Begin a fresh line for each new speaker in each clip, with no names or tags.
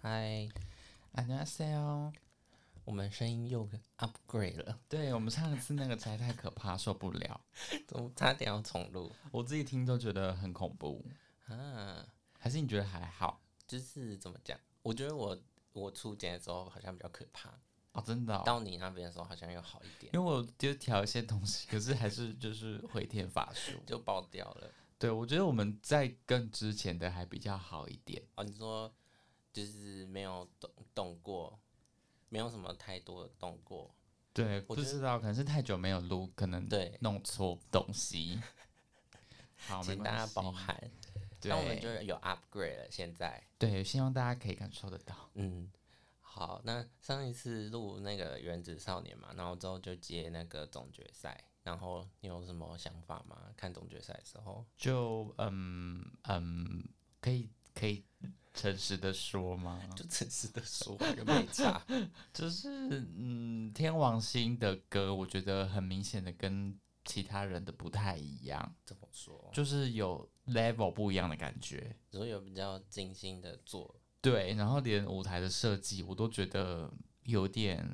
嗨，
안녕하세요。
我们声音又 upgrade 了，
对我们上次那个才太可怕，受不了，
怎么差点要重录
我自己听都觉得很恐怖。
啊？
还是你觉得还好？
就是怎么讲？我觉得我我初剪的时候好像比较可怕，
哦，真的哦、
到你那边的时候好像又好一点，
因为我就调一些东西，可是还是就是回天乏术。
就爆掉了。
对，我觉得我们在更之前的还比较好一点。
哦，你说就是没有动动过，没有什么太多的动过，
对，
我
不
觉得
知道，可能是太久没有录，可能
对
弄错东 西。好，没
请大家
关系
包。涵。但我们就
对，
有 upgrade 了，现在。
对，希望大家可以感受得到。
嗯，好，那上一次录那个原子少年嘛，然后之后就接那个总决赛，然后你有什么想法吗？看总决赛的时候，
就嗯嗯，可以可以诚实的说吗？
就诚实的说，就没差。
就是嗯，天王星的歌，我觉得很明显的跟其他人的不太一样，
怎么说？
就是有 level 不一样的感觉。
只是有比较精心的做，
对，然后连舞台的设计，我都觉得有点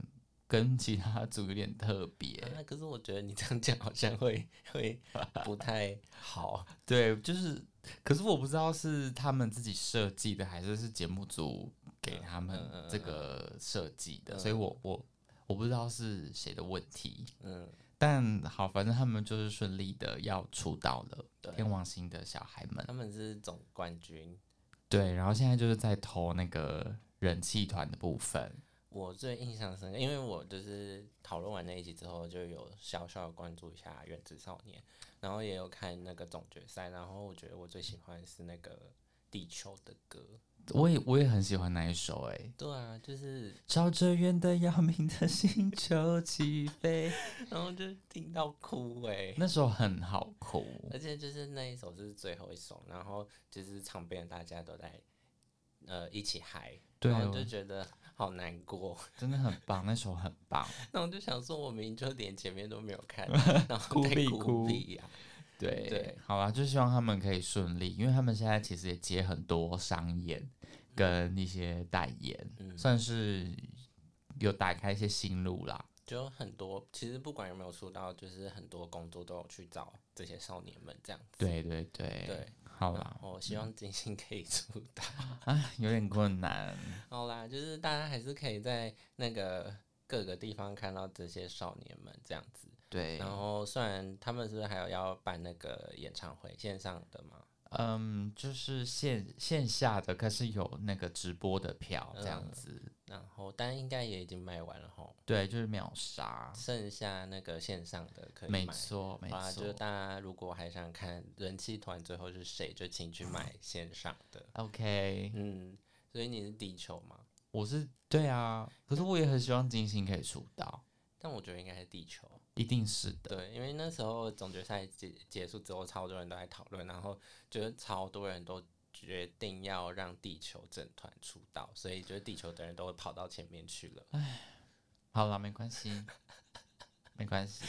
跟其他组有点特别。
啊，可是我觉得你这样讲好像会会不太好。
对，就是，可是我不知道是他们自己设计的，还是是节目组给他们
嗯嗯嗯
这个设计的，
嗯
所以我我我不知道是谁的问题。
嗯，
但好，反正他们就是顺利的要出道了，
对
天王星的小孩们
他。们是总冠军。
对，然后现在就是在投那个人气团的部分。
我最印象深刻，因为我就是讨论完那一集之后，就有小小的关注一下《原子少年》，然后也有看那个总决赛，然后我觉得我最喜欢是那个地球的歌。
我也我也很喜欢那一首哎、
对啊， 就是，
朝着远的要命的星球起飞，
然后就听到哭诶、
那首很好哭。
而且就是那一首是最后一首，然后就是场边大家都在呃一起嗨，
哦对，
然后
我
就觉得好难过，
真的很棒，那首很棒。
然后我就想说，我明明就连前面都没有 看，然后
哭
在
必
哭
哭
屁啊呀、
对
对
好啦，就希望他们可以顺利，因为他们现在其实也接很多商演跟一些代言，
嗯
算是有打开一些新路啦。
就很多，其实不管有没有出道，就是很多工作都有去找这些少年们这样子。
对哦嗯对对，
对，
好啦
然， 后希望金星可以出道。
啊，有点困难。
好啦，就是大家还是可以在那个各个地方看到这些少年们这样子。
对
然，后虽然他们是不是还有要办那个演唱会，线上的嘛？
嗯，就是线线下的，可是有那个直播的票这样
嗯
子，
然后但应该也已经卖完了吼，
对，就是秒杀，
剩下那个线上的可以
没
买。
错没
好啦，就是
错。
大家如果还想看人气团最后是谁，就请去买线上的。
OK，
嗯，所以你是地球嘛？
我是对啊，可是我也很希望金星可以出道，
但我觉得应该是地球，
一定是的。
对，因为那时候总决赛结结束之后，超多人都在讨论，然后觉得超多人都决定要让地球整团出道，所以就是地球的人都会跑到前面去了，
好了，没关系，没关系，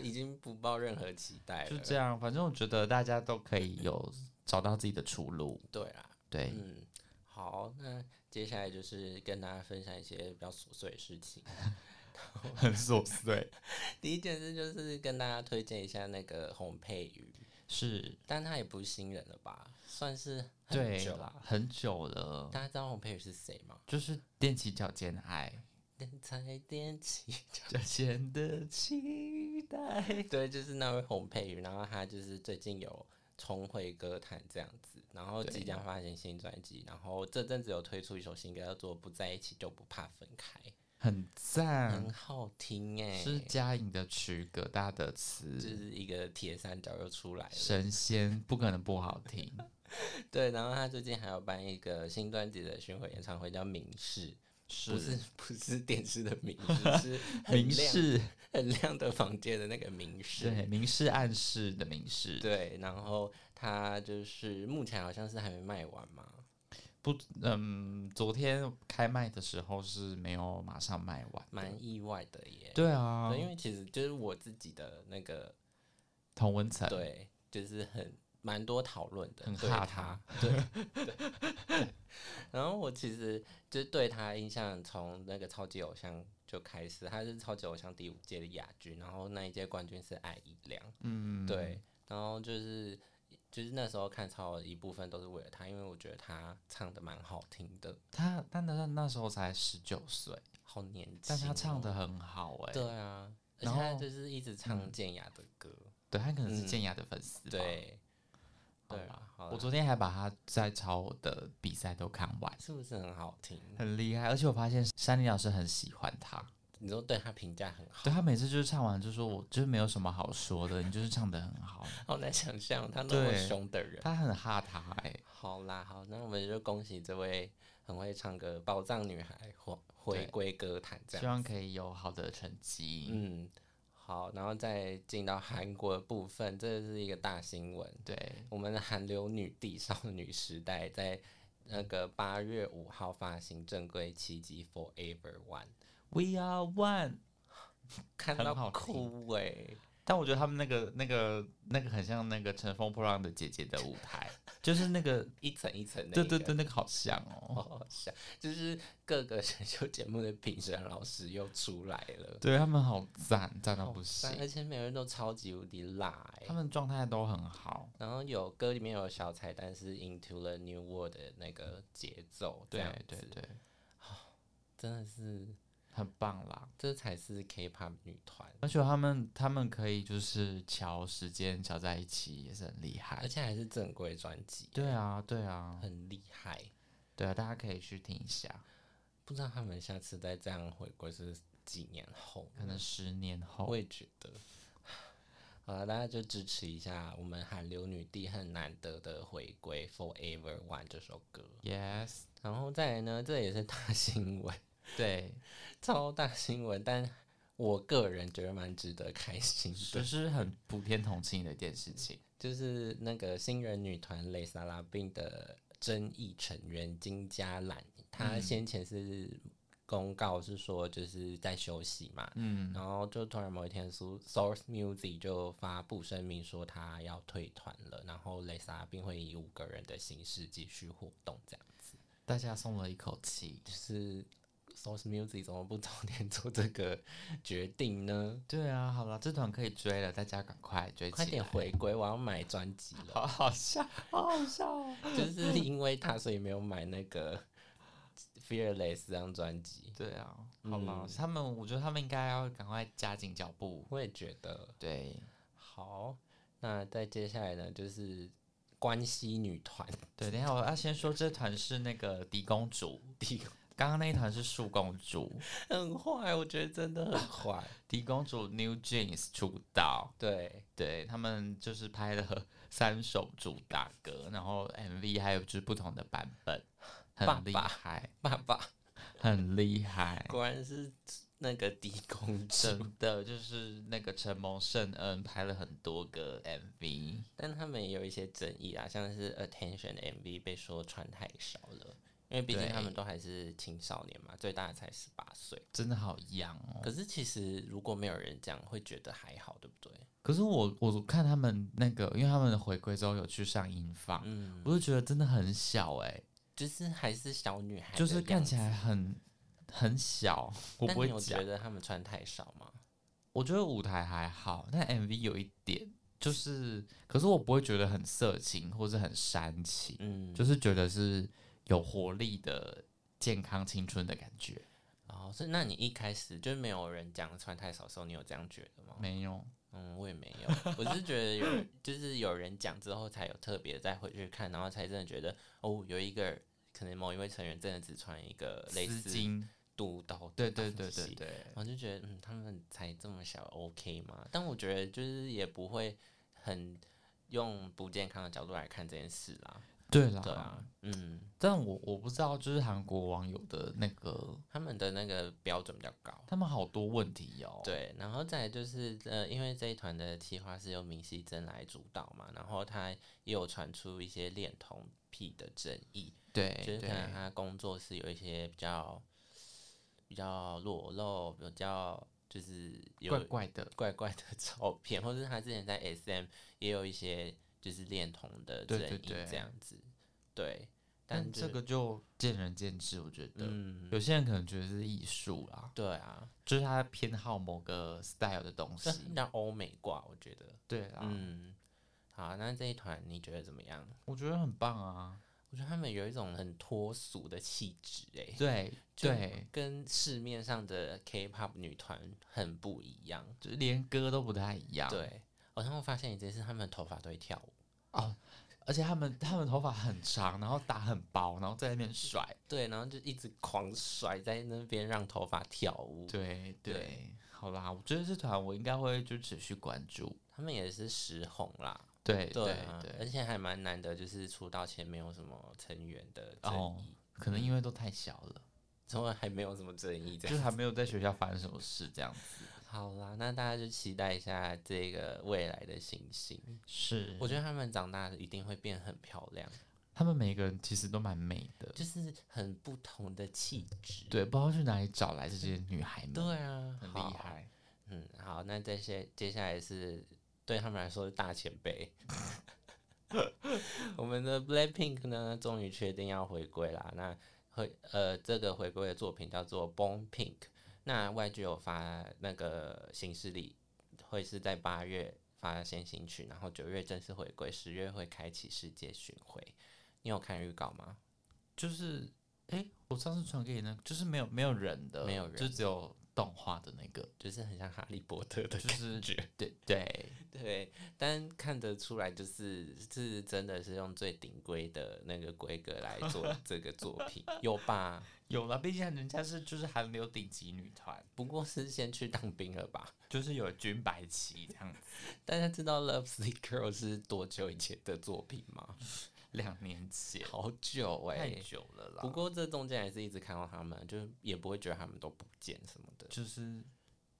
已经不抱任何期待
就
了。
这样。反正我觉得大家都可以有找到自己的出路。
对啦，
对，
嗯，好，那接下来就是跟大家分享一些比较琐碎的事情。 嗯
很琐碎。
第一件事就是跟大家推荐一下那个洪佩瑜，
是，
但他也不是新人了吧，算是很
对
久
啦，很久了，
大家知道洪佩瑜是谁吗？
就是踮起脚尖爱，
天才踮起 脚，
脚尖的期待。
对，就是那位洪佩瑜，然后他就是最近有重回歌坛这样子，然后
对啊
即将发行新专辑，然后这阵子有推出一首新歌叫做《不在一起就不怕分开》，
很赞
很，好听哎、
嗯是嘉颖的曲，葛大的
就
词，
是一个铁三角又出来了，
神仙不可能不好听。
对，然后他最近还有办一个新专辑的巡回演唱会，叫《明示》，不 是 不是电视的明 示，是很
明
亮
示，
很亮的房间的那个明示，
对，明示暗示的明示，
对，然后他就是目前好像是还没卖完嘛，
不，嗯，昨天开卖的时候是没有马上卖完，
蛮意外的耶。
对啊，
对，因为其实就是我自己的那个
同温层，
对，就是很蛮多讨论的，
很
对
哈
他，对 对然后我其实就是对他印象，从那个超级偶像就开始，他是超级偶像第五届的亚军，然后那一届冠军是艾怡良，
嗯，
对，然后就是就是那时候看超偶一部分都是为了他，因为我觉得他唱的蛮好听的，
他，但那那时候才十九岁，
好年轻哦、
但他唱的很好哎、
对啊，而且
然后嗯
他就是一直唱健雅的歌，
对，他可能是
嗯
健雅的粉丝、，
对，
好
对啊
吧，
好
我
啦
昨天还把他在超我的比赛都看完，
是不是很好听？
很厉害，而且我发现山林老师很喜欢他，
你都对他评价很好
对，他每次就是唱完就说，我就是没有什么好说的，你就是唱的很好，
好难想象他那么
对
凶的人。
他很哈他哎、
好啦，好，那我们就恭喜这位很会唱歌宝藏女孩回回
对
归歌坛，这
希
样。
望可以有好的成绩。
嗯，好，然后再进到韩国的部分，这是一个大新闻。
对，
我们的韩流女帝少女时代在那个八月五号发行正规七辑《Forever One》，
We Are One。
看
很
到
好
哭哎、
但我觉得他们那个、那个、那个很像那个《乘风破浪的姐姐》的舞 台，就是那个，
一层一层那
对
一
对
个
对，那个好像哦。
好好笑，就是各个选秀节目的评审老师又出来了，
对他们好赞，赞哎到
好
不
赞
行，
而且每个人都超级无敌辣、欸
他。们状态都很好。
然后有歌里面有小彩蛋是 Into the New World 的那个节奏，这
对
样
对
子
对，
真的是
很棒啦！
这才是 K-pop 女团，
而且他们他们可以就是瞧时间瞧在一起，也是很厉害
而。且还是正规专辑，
对啊，对啊，
很厉害。
对啊，大家可以去听一下，
不知道他们下次再这样回归是几年后，
可能十年后
我。也觉得。好了，大家就支持一下我们韩流女帝很难得的回归《Forever One》这首歌。
Yes，
然后再来呢，这也是大新闻，
对，
超大新闻，但我个人觉得蛮值得开心
就
的，
是很普天同庆的一件事情。
就是那个新人女团蕾莎拉宾的争议成员金佳兰，她先前是公告是说就是在休息嘛，
嗯，
然后就突然某一天，Su-，Source Music 就发布声明说他要退团了，然后蕾莎并会以五个人的形式继续活动，这样
大家松了一口气。
就是 Source Music 怎么不早点做这个决定呢？
对啊，好了，这团可以追了，大家赶快追起
快
来。
点回归，我要买专辑了。
好好笑，好好笑哦。
就是因为他，所以没有买那个 Fearless 这张专辑。
对啊，好了，
嗯
他们我觉得他们应该要赶快加紧脚步。
我也觉得
对
好。那再接下来呢，就是关西女团，
对，等一下我要先说，这团是那个狄公主，
第一个
刚刚那一团是树公主，
很坏，我觉得真的很坏。
狄公主 New Jeans 出道，
对，
对他们就是拍了三首主打歌，然后 MV 还有就是不同的版本，
爸
很厉
爸
害，
爸爸
很厉害。
果然是那个狄公主，
真的就是那个承蒙圣恩拍了很多个 MV，
但他们也有一些争议啊，像是 Attention MV 被说穿太少了，因为毕竟
对
他们都还是青少年嘛，最大的才十八岁。
真的好痒哦。
可是其实如果没有人讲，会觉得还好，对不对？
可是我我看他们那个，因为他们回归之后有去上音放，
嗯，
我就觉得真的很小哎、
就是还是小女孩的样子，
就是看起来很很小，我
但
不
你
会
有
讲
觉。得他们穿太少吗？
我觉得舞台还好，但 MV 有一点就是，可是我不会觉得很色情或是很煽情，
嗯，
就是觉得是有活力的、健康青春的感觉。
哦，所以那你一开始就是没有人讲穿太少的时候，你有这样觉得吗？
没有，
嗯，我也没有，我是觉得有，就是有人 讲之后才有特别再回去看，然后才真的觉得哦，有一个可能某一位成员真的只穿一个类
丝
似
巾，
肚兜，
对对对对，对，
然后就觉得嗯，他们才这么小，OK 吗？但我觉得就是也不会很用不健康的角度来看这件事啦，
对啦。
对啊，嗯，
但我我不知道，就是韩国网友的那个，
他们的那个标准比较高。
他们好多问题哦。，
对，然后再来就是呃，因为这一团的企划是由明熙珍来主导嘛，然后他也有传出一些恋童癖的争议，就
对
是可能
哎对，
他工作室有一些比较比较裸露、比较就是有
怪怪的，
怪怪的照片，或者是他之前在 SM 也有一些就是恋童的
对
正
对
义
对
这样子。对，
但
就
这个就见仁见智，我觉得、
嗯，
有些人可能觉得是艺术啦，
对啊，
就是他偏好某个 style 的东
这
西，
很像欧美挂，我觉得。
对啊，
嗯，好，那这一团你觉得怎么样？
我觉得很棒啊，
我觉得他们有一种很脱俗的气质、欸，哎，
对
就
对，
跟市面上的 K-pop 女团很不一样。
就连歌都不太一样，，
对，我然后发现一件事，他们头发都会跳舞。
哦而且他们他们头发很长，然后打很薄，然后在那边甩，
对，然后就一直狂甩在那边，让头发跳舞。
对
对
对，好啦，我觉得这团我应该会就持续关注，
他们也是时红啦，
对
啊，而
对，
且还蛮难得，就是出道前没有什么成员的争
哦
议，
可能因为都太小了，
之后还没有什么争议这
就
样。
是还没有在学校发生什么事这样子，
好啦，那大家就期待一下这个未来的星星。
嗯是
我
我
觉
觉得
得他们长大一定会变很漂亮，
他们每个人其实都蛮美的，
就是很不同的气质。
对，不知道去哪里找来这些女孩们，
对啊，
很
好
厉。害，
嗯，好，那这些接下来是对他们来说是大前辈。 我们的 Blackpink 呢，终于确定要回归啦。那回呃，这个回归的作品叫做《Born Pink》。那外剧有发那个新势力，会是在八月发先行曲，然后九月正式回归，十月会开启世界巡回。你有看预告吗？
就是哎、我上次传给你那个，就是没有没有人的，
没有人
就只有动画的那个，
就是很像哈利波特的
就
感
是
觉。
对对，
对，但看得出来，就是是真的是用最顶规的那个规格来 做这个作品，有吧？
有了，毕竟人家是就是韩流顶级女团，
不过是先去当兵了吧？
就是有军白旗这样子，
大家知道《Love Sick Girl》是多久以前的作品吗？
两年前。
好久哎、
太久欸了啦。
不过这中间还是一直看到他们，就是也不会觉得他们都不见什么的。
就是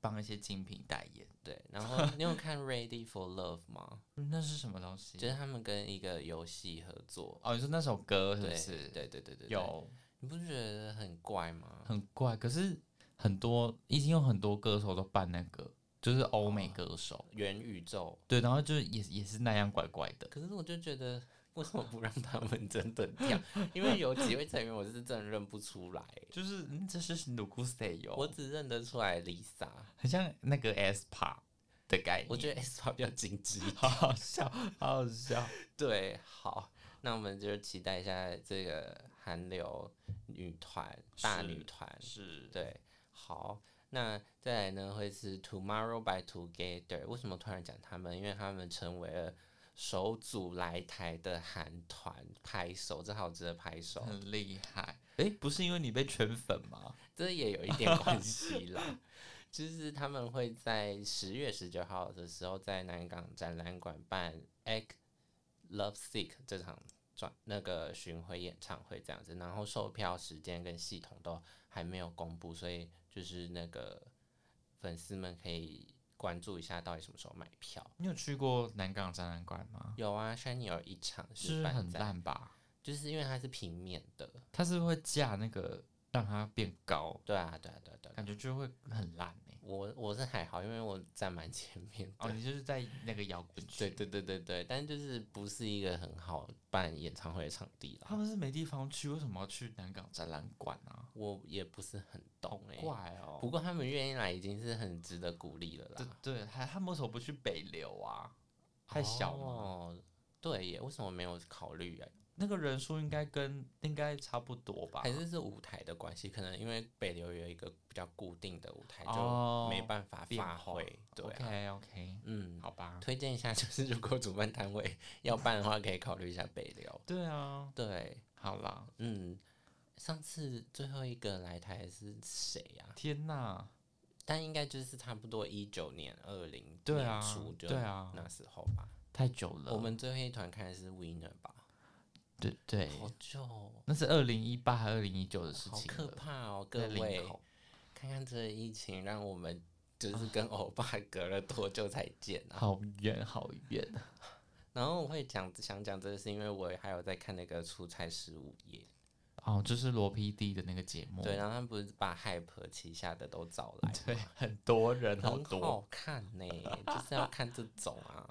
帮一些精品代言，
对，然后你有看《Ready for Love》吗？
那是什么东西？
就是他们跟一个游戏合作，
哦，你说那首歌是
对
不是？
对对对对，对，
有
你不觉得很怪吗？
很怪，可是很多已经有很多歌手都办那个，就是欧
哦
美歌手，
元宇宙
对，然后就是也也是那样怪怪的。
可是我就觉得，为什么不让他们真的跳？ 因为有几位成员我是真的认不出来，哦
就是、嗯、这是努古塞哟，
我只认得出来 Lisa。
欸很像那个 S p a 的概念，
我觉得 S 八比较精 致。
好好笑，好好笑。
对，好，那我们就期待一下这个韩流女团大
是
女团。
是
对，好，那再来呢会是 Tomorrow by Together。为什么突然讲他们？因为他们成为了首组来台的韩团，拍手，这好值得拍手。
很厉害。诶，不是因为你被圈粉吗？
这也有一点关系啦。就是他们会在十月十九号的时候，在南港展览馆办《Egg Love Sick》这场转那个巡回演唱会这样子，然后售票时间跟系统都还没有公布，所以就是那个粉丝们可以关注一下到底什么时候买票。
你有去过南港展览馆吗？
有啊，Shiny 有一场
是
办
很
在，
烂吧？
就是因为它是平面的，
它是会架那个让它变高，
对啊，对啊，对啊，对啊。
感觉就会很烂哎、
我我是还好，因为我站蛮前面的。
哦，你就是在那个摇滚区，
对对对对对，但就是不是一个很好办演唱会的场地
他
啦。
们是没地方去，为什么要去南港展览馆啊？
我也不是很懂哎、
怪哦
不过他们愿意来已经是很值得鼓励了
对
啦。
对，还他们为什么不去北流啊？太小了吗，
哦，对耶，为什么没有考虑啊？
那个人数应该跟应该差不多吧？
还是是舞台的关系？可能因为北流有一个比较固定的舞台，
哦
就没办法
变
发挥。对啊、
OK OK，
嗯，
好吧。
推荐一下，就是如果主办单位要办的话，可以考虑一下北流。
对啊，
对，
好啦，
嗯，上次最后一个来台是谁啊呀、
天哪，
但应该就是差不多一九年、二零
对啊
年初就
对啊
那时候吧。
太久了，
我们最后一团看的是 Winner 吧，
对对，
好久哦，
那是二零一八还二零一九的事
好
情
可
了
怕哦，各
在林
位，
口
看看这疫情让我们就是跟欧巴隔了多久才见啊？
好远好远。
然后我会讲想讲这个，是因为我还有在看那个《出差十五夜》，
哦，就是罗 PD 的那个节目，
对，然后他们不是把 Hype 旗下的都找来，
对，很多人好
很
多，
好看呢、就是要看这种啊。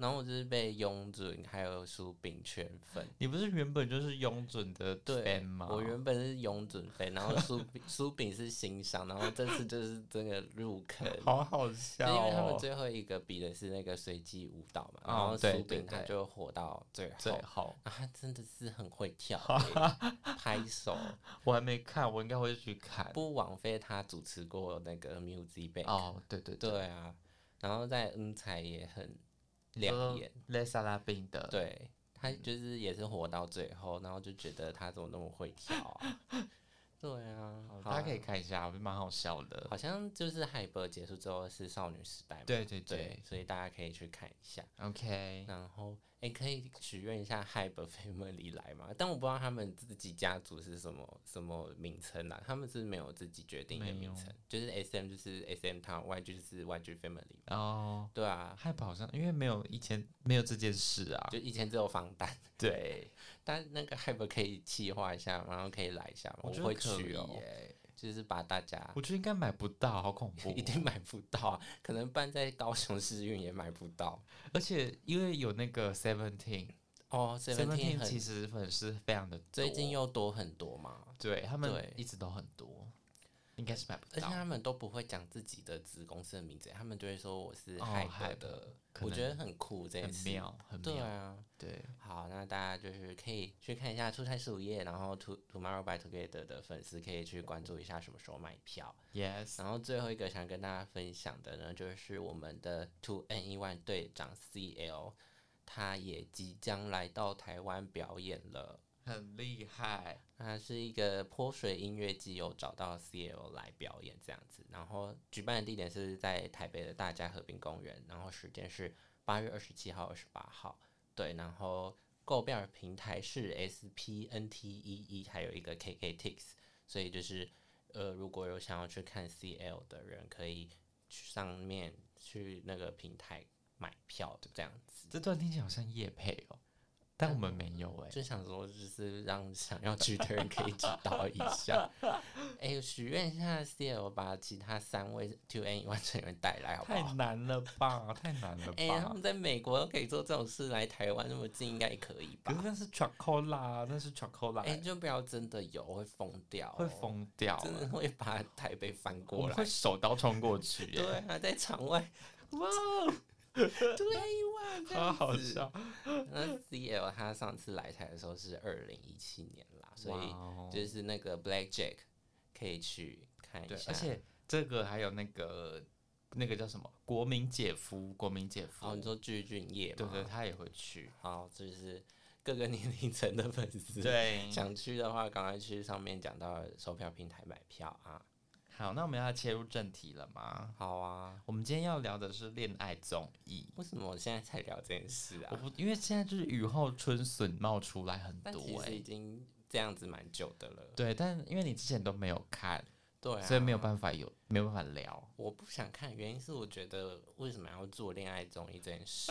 然后我就是被雍准还有苏炳圈粉，
你不是原本就是雍准的
对
fan 吗？
我原本是永准飞， 然后苏苏炳是欣赏，然后这次就是真的入坑。
好好
就
笑
因为他们
哦，
最后一个比的是那个随机舞蹈嘛，
哦
然后
对
苏炳
对
他
对
就火到最后，
最后
啊，他真的是很会 跳欸、拍手。
我还没看，我应该会去看。
不枉费他主持过那个 Music Bank，、
哦，对对
对啊，然后在恩彩也很亮
两
眼，
雷萨拉宾的，，
对他就是也是活到最后，然后就觉得他怎么那么会跳 啊？对啊，好
大家
啊
可以看一下，我觉得蛮好笑的。
好像就是海博结束之后是少女时代嘛，
对对
对，所以大家可以去看一下。
，OK，
然后，哎、可以许愿一下 Hype Family 来嘛？但我不知道他们自己家族是什么什么名称啦，他们是没有自己决定一个
没
名
有
称，就是 SM 就是 SM Town，YG 就是 YG Family 嘛。
然后
对啊，
害怕好像因为没有以前没有这件事啊，
就以前只有防弹，
对，
但那个 Hype 可以企划一下，然后可以来一下嘛？我
觉得
会
可
去
以
哦、
耶
就是把大家。
我觉得应该买不到，好恐 怖哦
一。定买不到啊，可能办在高雄市运也买不到
而且因为有那个 Seventeen，Seventeen
哦。Seventeen 很
其实粉丝非常的多，
最近又多很多嘛，
对他们
对
一直都很多，应该是买不
而且
到。哦
他们都不会讲自己的子公司的名字，他们就会说我是
哦
海
海
德
德
的，
可
我
能
觉得很酷这件
很
事。
妙，很
对
妙，
啊，
对，
好，那大家就是可以去看一下《出差十五夜》，然后 To Tomorrow by Together 的粉丝可以去关注一下什么时候买票。
Yes，
然后最后一个想跟大家分享的呢，就是我们的 To N E One 队长 C L，他也即将来到台湾表演了。
很厉害，
它呃是一个泼水音乐季，有找到 CL 来表演这样子，然后举办的地点是在台北的大家河滨公园，然后时间是八月二十七号、二十八号，对，然后购票的平台是 SPNT 一一，E 还有一个 KKTix，所以就是呃，如果有想要去看 CL 的人，可以去上面去那个平台买票这样子。
这段听起来好像叶配哦，但我们没有哎，
就想说，就是让想要去的人可以知道一下。哎、许愿一下 CL 把其他三位 Two N 一万成员带来，好不
太
好？
难了 吧，太难了
哎、他
吧
们。在美国都可以做这种事，来台湾那么近，应该也可以
可是
吧？
那是 chocolate，那是
哎、
chocolate，
就不要真的有，会疯掉、哦
会，疯掉
真
了
的。会把台北翻
我
过
们
来
会。手刀冲过去耶，
对啊，在场 外
哇，
Two N 一万，这
好
样
好
子。
笑，
那 CL 他上次来台的时候是二零一七年啦，所以
以
哦就是那个 Black Jack 可以去看一
对，
下。
而且这个还有那个那个叫什么国民姐夫，国民姐夫，
哦，你说具俊晔
对
吗
对，，他也会去，
好，就是各个年龄层的粉丝，，
对，
想去的话，赶快去上面讲到的售票平台买票啊。
好，那我们要切入正题了吗？
好啊，
我们今天要聊的是恋爱综艺，
为什么我现在才聊这件事
我
啊？
不因为现在就是雨后春笋冒出来很
但其
多哎、
实已经这样子蛮久的了，
对，但因为你之前都没有看，
对啊，
所以没有办法有没有办法聊。
我不想看，原因是我觉得为什么要做恋爱综艺这件 事？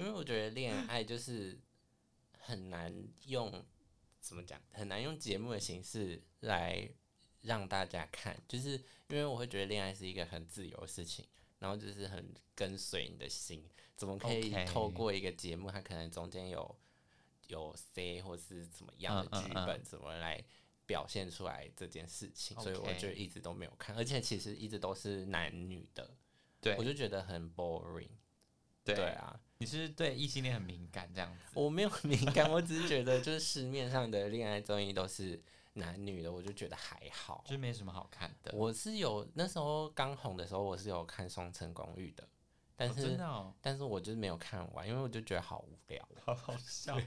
因为我觉得恋爱就是很难用怎么讲，很难用节目的形式来让大家看，就是因为我会觉得恋爱是一个很自由的事情，然后就是很跟随你的心，怎么可以
OK
透过一个节目，它可能中间有有 C 或是怎么样的
嗯嗯
剧
嗯
本，怎么来表现出来这件事情，所以我
OK
就一直都没有看，而且其实一直都是男女的，
对
我就觉得很 boring。
对
啊，
你是不是对异性恋很敏感这样子？
我没有敏感，我只是觉得就是市面上的恋爱综艺都是男女的，我就觉得还好。
就没什么好看的。
我是有那时候刚红的时候，我是有看《双城公寓》的，但
哦
是、
真的哦，
但是我就是没有看完，因为我就觉得 好无聊。
好好笑，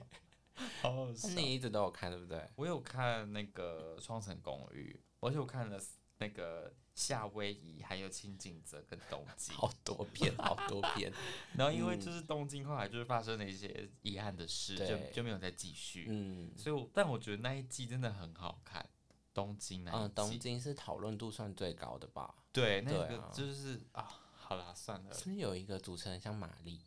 好好
那你一直都有看对不对？
我有看那个《双城公寓》，而且我看了那个夏威夷，还有清景泽跟东京。
好嗯多遍，好多遍。
然后因为就是东京后来就是发生了一些遗憾的事，
对
就就没有再继续。
嗯
所以我，但我觉得那一季真的很好看，东京那一
嗯，
季，
东京是讨论度算最高的吧？
对那
对
个
啊
就是啊好啦，算了，
是不是有一个主持人像玛丽？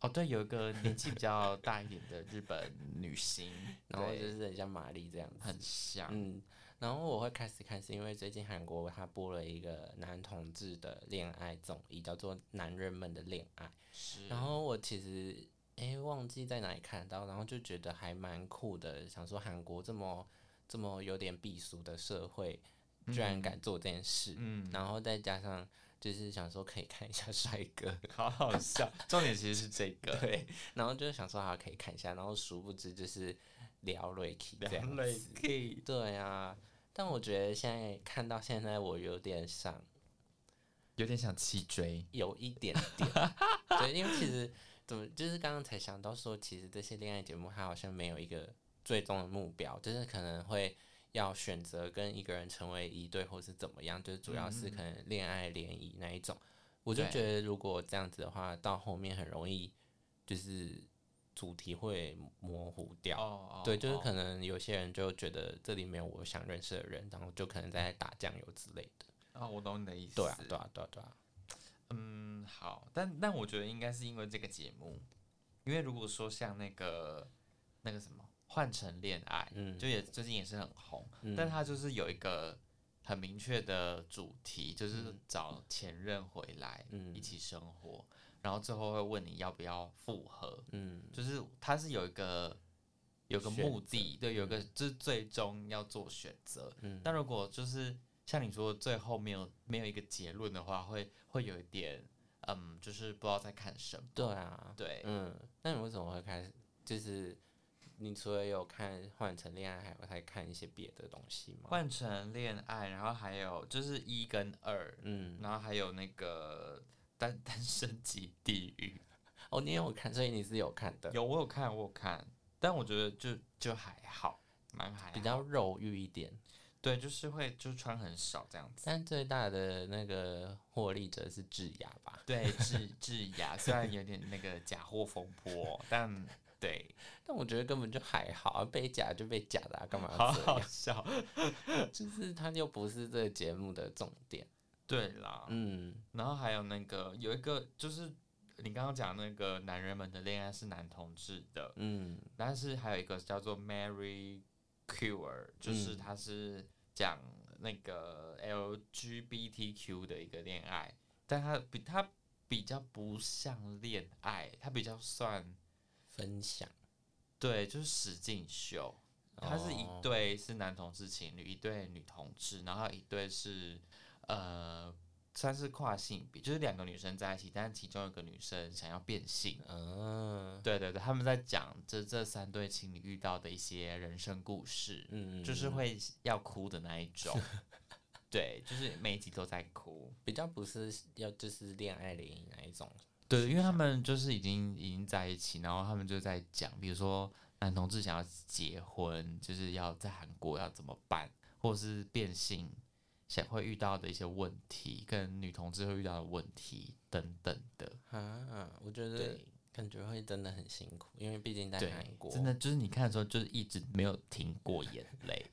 哦，对，有一个年纪比较大一点的日本女星，
然后就
对
是很像玛丽这样子，
很像，
嗯，然后我会开始看，是因为最近韩国它播了一个男同志的恋爱综艺，叫做《男人们的恋爱》。
是，
然后我其实诶忘记在哪里看到，然后就觉得还蛮酷的，想说韩国这么这么有点避俗的社会，居然敢做这件事，
嗯，
然后再加上就是想说可以看一下帅哥，
好好笑。重点其实是这 个，
对，然后就想说好可以看一下，然后殊不知就是聊瑞奇这样
类
子，
可以，
对啊，但我觉得现在看到现在，我有点想
有点想气追，
有一点 点，对，因为其实怎么就是刚刚才想到说，其实这些恋爱节目它好像没有一个最终的目标，就是可能会要选择跟一个人成为一对，或是怎么样，就是主要是可能恋爱联谊那一种。我就
嗯对
觉得如果这样子的话，到后面很容易就是主题会模糊掉。
哦
对，就是
哦
可能有些人就觉得这里没有我想认识的人，然后就可能在打酱油之类的。
哦，我懂你的意思，
对啊，对啊，对啊，对啊。
嗯，好，但但我觉得应该是因为这个节目，因为如果说像那个那个什么《换成恋爱》，
嗯
就也最近也是很红，
嗯
但它就是有一个很明确的主题，就是找前任回来、
嗯
一起生活，然后最后会问你要不要复合，
嗯
就是它是有一个有个
选
目的，对，有个就是最终要做选择，
嗯，
但如果就是像你说的最后没有没有一个结论的话，会会有一点嗯，就是不知道在看什么。
对啊，
对，
嗯，那你为什么会开始？就是你除了有看《换成恋爱》，还有还看一些别的东西吗？
换成恋爱，然后还有就是一跟二，
嗯，
然后还有那个单单身级地狱。
哦，你有看，所以你是有看的，
有我有看，我有看，但我觉得就就还好，蛮还好
比较肉欲一点，
对，就是会就穿很少这样子。
但最大的那个获利者是智雅吧？
对，智智 雅虽然有点那个假货风波，但对，
但我觉得根本就还好啊，被假就被假的、啊，干嘛
好
要这样？
好笑。
就是它又不是这个节目的重点。
对啦，
嗯
然后还有那个有一个就是你刚刚讲那个男人们的恋爱是男同志的，
嗯
但是还有一个叫做 Mary Cure，就是
嗯
它是讲那个 LGBTQ 的一个恋爱，但它比它比较不像恋爱，它比较算
分享，
对，就是实境秀。它是一
哦
对是男同志情侣，一对女同志，然后一对是呃算是跨性别，就是两个女生在一起，但是其中有个女生想要变性。
嗯
对对对，他们在讲这这三对情侣遇到的一些人生故事，
嗯，
就是会要哭的那一种。 对，就是每一集都在哭。
比较不是要就是恋爱联谊那一种。
对，因为他们就是已经已经在一起，然后他们就在讲，比如说男同志想要结婚，就是要在韩国要怎么办，或者是变性想会遇到的一些问题，跟女同志会遇到的问题等等的。
啊，我觉得
对
感觉会真的很辛苦，因为毕竟在
对
韩，国，
真的就是你看的时候，就是一直没有停过眼 泪，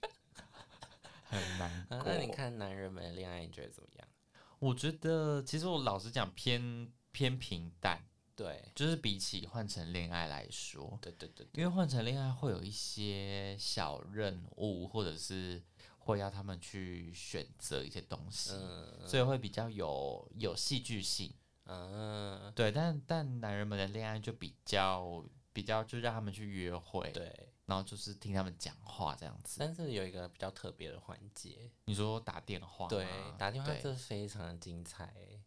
很难过。
啊。那你看男人们的恋爱，你觉得怎么样？
我觉得其实我老实讲偏偏平淡，
对，
就是比起换成恋爱来说，
对对对，
因为换成恋爱会有一些小任务，或者是会要他们去选择一些东西，
嗯
所以会比较有有戏剧性。
嗯，
对，但但男人们的恋爱就比较比较，就让他们去约会，
对。
然后就是听他们讲话这样子。
但是有一个比较特别的环节，
你说打电话吗，
对，打电话
哦对
这非常的精彩欸。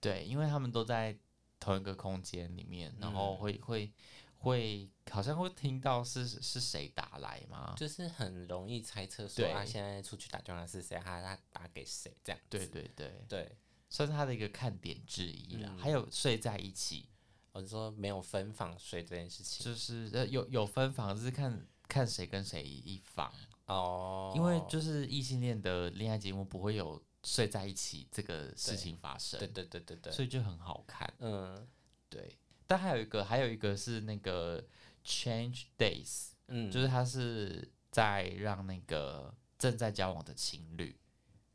对，因为他们都在同一个空间里面，然
嗯
后会、会会好像会听到是是谁打来吗？
就是很容易猜测说
对
啊，现在出去打电话是谁，他他打给谁这样子。
对对对，
对，
算是他的一个看点之一啦。
嗯
还有睡在一起，
我是说没有分房睡这件事情
就是呃有有分房，就是看看谁跟谁一房，
哦，
因为就是异性恋的恋爱节目不会有睡在一起这个事情发生，
对对对对对，
所以就很好看。
嗯
对，但还有一个还有一个是那个 Change Days，、
嗯，
就是他是在让那个正在交往的情侣。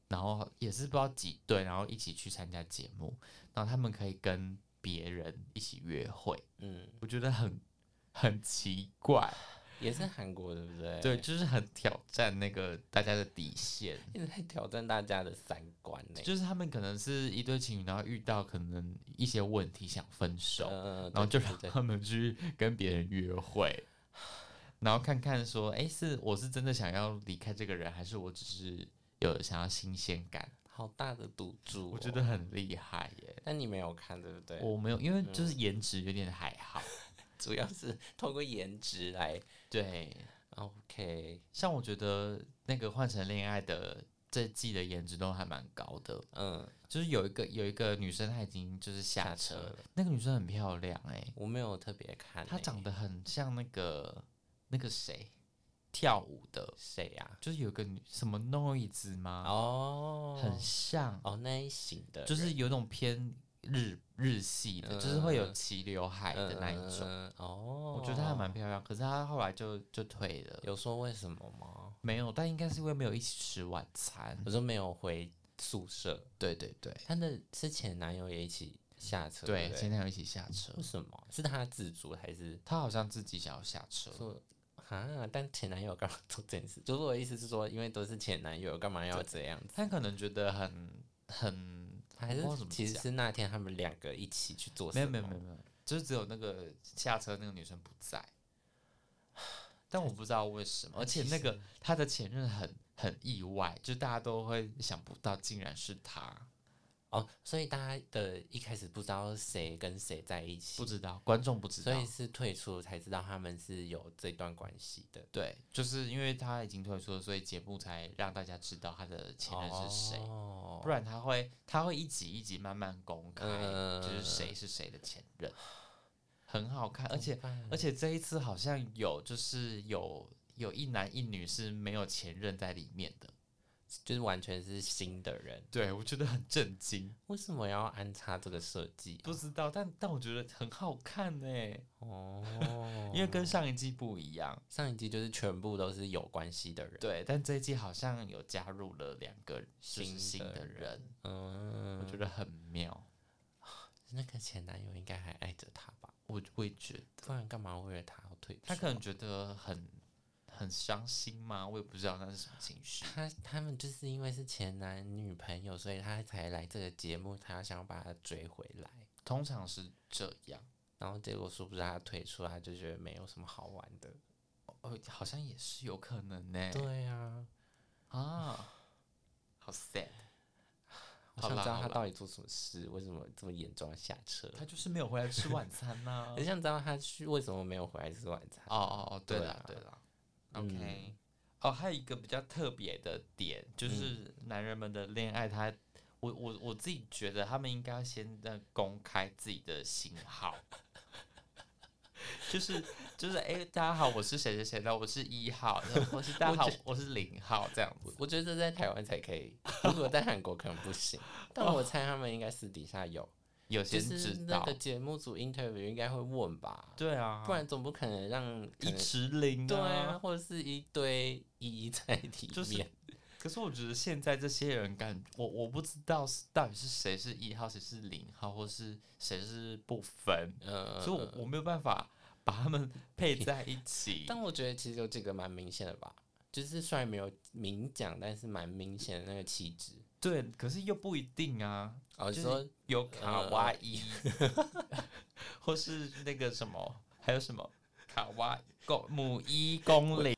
然后也是不知道几对，然后一起去参加节目，然后他们可以跟别人一起约会，
嗯，
我觉得很很奇怪，欸
也是韩国对不对？
对，，就是很挑战那个大家的底线。
一直在挑战大家的三观呢、
就是他们可能是一对情侣，然后遇到可能一些问题想分手，
嗯，
然后就
对
让
对对
他们去跟别人约会，然后看看说，哎、是我是真的想要离开这个人，还是我只是有想要新鲜感？
好大的赌注、哦
我觉得，很厉害耶！
但你没有看对不对？嗯
我没有，因为就是颜值有点还好。
主要是透过颜值来
对，
，OK，
像我觉得那个换成恋爱的这季的颜值都还蛮高的，
嗯，
就是有一个有一个女生她已经就是
下
下车，
车
了，
了
那个女生很漂亮哎、
我没有特别看、哎
她长得很像那个那个谁跳舞的，
谁啊呀、
就是有个女什么 noise 吗？
哦，
啊很像，
哦那一型的人，
就是有种偏日日系的，就是会有
嗯
齐刘海的那一种。
嗯嗯嗯哦，
我觉得她还蛮漂亮，可是她后来就就退了，
有说为什么吗？
没有，但应该是因为没有一起吃晚餐。
我说没有回宿舍，
对对对
她的之前男友也一起下车，对
对，
不对，
前男友一起下车
为，什么？是她自主还是
她好像自己想要下车，
说？啊！但前男友干嘛做这件事？就是我的意思是说，因为都是前男友，干嘛要这样子？
她可能觉得很很
还
我不知道
是
怎么
其实
讲
是那天他们两个一起去做
没
什
有
么？
没有没有没有，就是只有那个下车那个女生不在，但我不知道为什么，而且那个她的前任很很意外，就大家都会想不到竟然是他，
哦，所以大家的一开始不知道谁跟谁在一起
不，知道观众不知
所
道
以，是退出才知道他们是有这段关系的。
对，就是因为他已经退出了，所以节目才让大家知道他的前任是谁。
哦
不，然他会，他会一集一集慢慢公开，就是
嗯嗯
谁是谁的前任，很好看，而且
怎么办
而且这一次好像有，就是有有一男一女是没有前任在里面的。
就是完全是新的人，
对，我觉得很震惊，
为什么要安插这个设计啊、
不知道，但但我觉得很好看呢、，
哦
因为跟上一季不一样。
上一季就是全部都是有关系的人。
对，但这一季好像有加入了两个就是
新的
新的
人
人，
嗯，
我觉得很妙。
那个前男友应该还爱着她吧，
我我也觉得
不然干嘛为了她要退出？
他可能觉得很很伤心吗？我也不知道那是什么情绪。
他他们就是因为是前男女朋友，所以他才来这个节目，他想要把他追回来。
通常是这样，
然后结果殊不知他退出，他就觉得没有什么好玩的。
哦，好像也是有可能呢、
对啊，
啊，好 sad。
我
好
想
啦
知道
好
他
啦
到底做什么事，为什么这么严重要下车？
他就是没有回来吃晚餐呐、
很想知道他去为什么没有回来吃晚餐。
哦哦哦，对
对
了
啊
对嗯了、o k 哦，还有一个比较特别的点，就是男人们的恋爱他，我我我自己觉得他们应该要先呃公开自己的型号，就是就是哎、大家好，我是谁谁谁的，我是一号，然后我是大家好，我是零号这样子。
我觉得这在台湾才可 以，如果在韩国可能不行。但我猜他们应该私底下有，
有些
就
人
是
知
那
道，
个节目组 interview 应该会问吧，
对啊，
不然总不可能让可
一
能
直零、
对啊，，或者是一堆一一在里面，
就是可是我觉得现在这些人感，我我不知道是到底是谁是一号，谁是零号，或是谁是不分，
呃，
所以我我没有办法把他们 配在一起。
但我觉得其实有几个蛮明显的吧，就是虽然没有明讲，但是蛮明显的那个气质。
对，可是又不一定啊，
哦，
就
你
是
说
有卡哇伊，呃 或是那个什么，还有什么卡哇公母一公 零。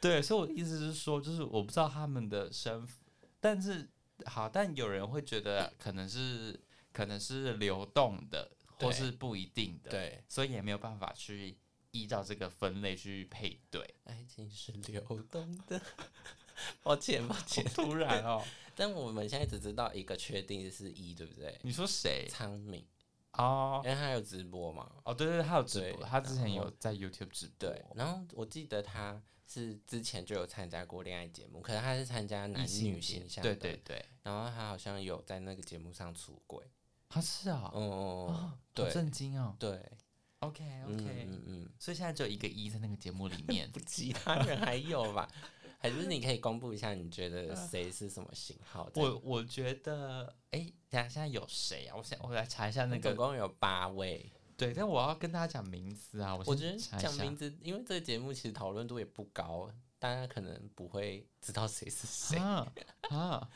对，所以我的意思是说，就是我不知道他们的身份，但是好，但有人会觉得可能是可能是流动的，或
对
是不一定的，
对，
所以也没有办法去依照这个分类去配 对。
爱情是流动的。 抱歉，抱 歉，
突然哦，
但我们现在只知道一个确定是一，对不对？
你说谁？
昌明，
哦
因为他有直播嘛。
哦，对对，对他有直播，
对
他之前
然后
有在 YouTube 直播，
对，然后我记得他是之前就有参加过恋爱节目，可是他是参加男
异性
女
恋
形象
对
的，
对对，
然后他好像有在那个节目上出轨。
他是啊，
哦，对
好震惊哦。
对
OK OK，、
嗯嗯嗯， ，
所以现在只有一个一在那个节目里面
其他人还有吧？ 还是你可以公布一下，你觉得谁是什么型号？
呃我我觉得，哎、等一下现在有谁啊？我想我来查一下那
总
个，
共有八位，
对，但我要跟大家讲名字啊。我
我
我
觉得
查一
讲
下
名字，因为这个节目其实讨论度也不高，大家可能不会知道谁是谁。
啊啊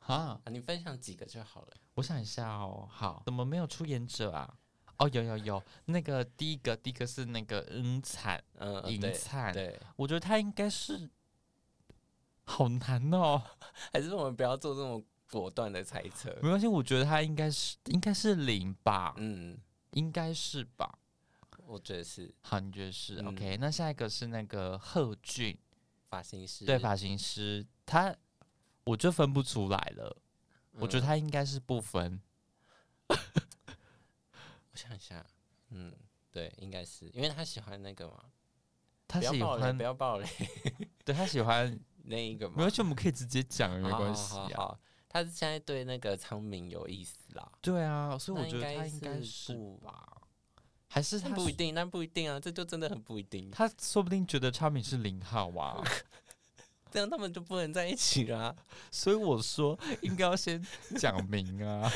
啊！
啊你分享几个就好了。
我想一下哦，好，怎么没有出演者啊？哦，有有有，那个第一个，第一个是那个恩惨，
嗯，呃
银
对
灿，
对，
我觉得他应该是好难哦，
还是我们不要做这么果断的猜 测。
没关系，我觉得他应该是应该是零吧，
嗯，
应该是吧。
我觉得是
好，你觉得是、
嗯
OK？那下一个是那个贺俊，
发型师，
对？发型师，他我就分不出来了，我觉
嗯
得他应该是不分。
我想一下，嗯，对，应该是因为他喜欢那个嘛，
他
不要
喜
暴雷，
欢
不，要暴雷
对他喜 欢，
那一个
没
嘛，
关系，我们可以直接讲，没
好
关系
好好
啊。
好他是现在对那个昌明有意思啦，
对啊，所以我
那
觉得
应
他
该
应该
是
是
不
吧？还是
但
他
不一
是
定，但不一定啊，这就真的很不一定。
他说不定觉得昌明是零号啊，
这样他们就不能在一起啦、
所以我说应该要先讲 明啊。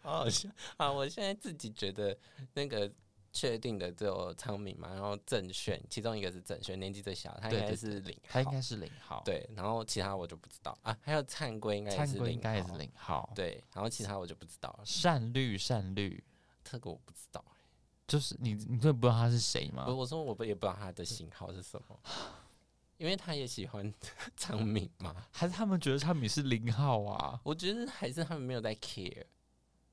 好好笑啊！我现在自己觉得那个确定的只有昌明嘛，然后郑炫，其中一个是郑炫，年纪最小，他应
对
该
对
是零号，
他应该是零号，，
对，然后其他我就不知道啊。还有灿龟应该也
灿
是
哥
零，
应该也是，零号，，
对，然后其他我就不知道了，
善律善律，
这个我不知道。
就是你你真的不知道他是谁吗
我？我说我不也不知道他的型号是什么，因为他也喜欢 昌明嘛。
还是他们觉得昌明是零号啊？
我觉得还是他们没有在 care，、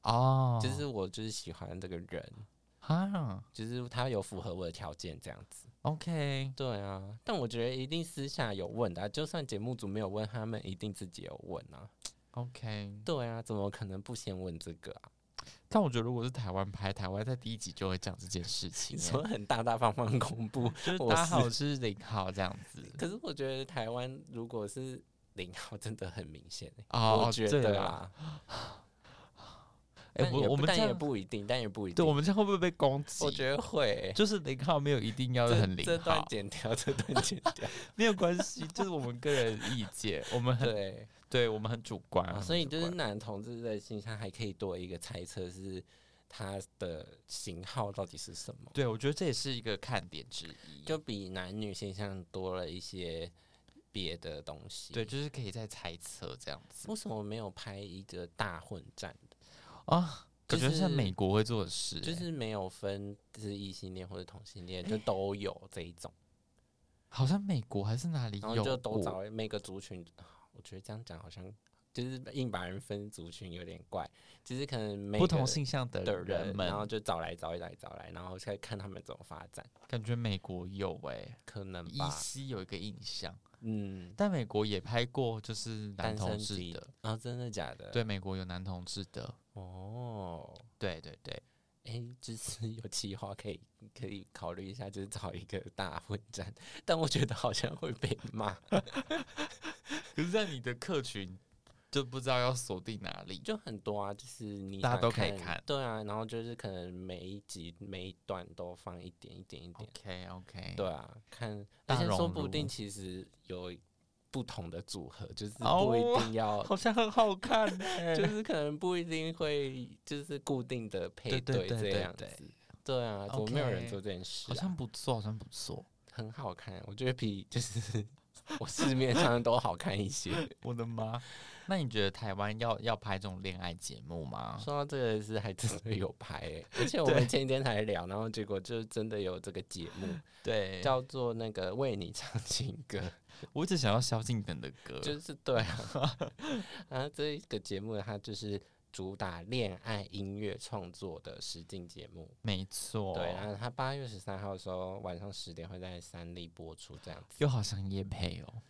哦，
就是我就是喜欢这个人，
啊
就是他有符合我的条件这样子。
，OK，
对啊，但我觉得一定私下有问的啊、就算节目组没有问，他们一定自己有问啊。
OK，
对啊，怎么可能不先问这个啊？
但我觉得如果是台湾拍，台湾在第一集就会讲这件事情
你
欸，
说很大大方方公布，
就是
我
大家
是
好，我是零号这样 子。
可是我觉得台湾如果是零号，真的很明显、欸
哦，
我觉
对
得
啦，
啊，
哎、
但也
我
不
我们这
但也
样，
不一定，但也不一定。
对，我们这样会不会被攻击？
我觉得会欸、
就是零号没有一定要
这
很零
这段
号，
剪掉，这段剪 掉。
没有关系，就是我们个人意见，我们很对
对，
我们很主观、
啊
很
所以
主
就是
观
男同志的形象还可以多一个猜测是他的型号到底是什么。
对我觉得这也是一个看点之一，
就比男女现象多了一些别的东西。
对，，就是可以再猜测这样子
为什么没有拍一个大混战的？
啊。
就
感觉像
是
美国会做的事欸、
就是没有分是异性恋或者同性恋，就都有这一种，
好像美国还是哪里
然后
有
就都
过
找每个族群。啊我觉得这样讲好像就是硬把人分族群有点怪，就是可能每
不同
个
性向的
的
人
人，
们，
然后就找来找一来找来，然后再看他们怎么发展，
感觉美国有哎、
可能
依
吧。
稀有一个印象，
嗯，
但美国也拍过就是男
单
同
身
志
级
的，
啊，真的假的？
对，美国有男同志的，
哦，
对对对，
哎、就是有计划可以可以考虑一下，就是找一个大混战，但我觉得好像会被骂，
可是，在你的客群就不知道要锁定哪里，
就很多啊，就是你
大家
想
都可以看
对啊，然后就是可能每一集每一段都放一点一点一点，
OK OK，
对啊，看，
大
而且说
熔
不
炉
定其实有不同的组合，就是
哦
不一定 要，
好像很好看呢、
就是啊可能不一定会就是固定的配对
对对对
这
对
样子
对，
对啊，怎么没有人
OK
做这件事、
好
啊？
像不错，好像不错。
很好看，我觉得比就是 我市面上都好看一些。
我的妈！那你觉得台湾要要拍这种恋爱节目吗？
说到这个是还真的有拍、欸，而且我们
啊对
前几天才聊，然后结果就真的有这个节目，
对
叫做那个为你唱情歌，
我只想要萧敬腾的歌，
就是对啊， 然后这个节目它就是主打恋爱音乐创作的实境节目，
没错，
对，啊然后它八月十三号的时候晚上十点会在三立播出这样子。
又好像叶配哦。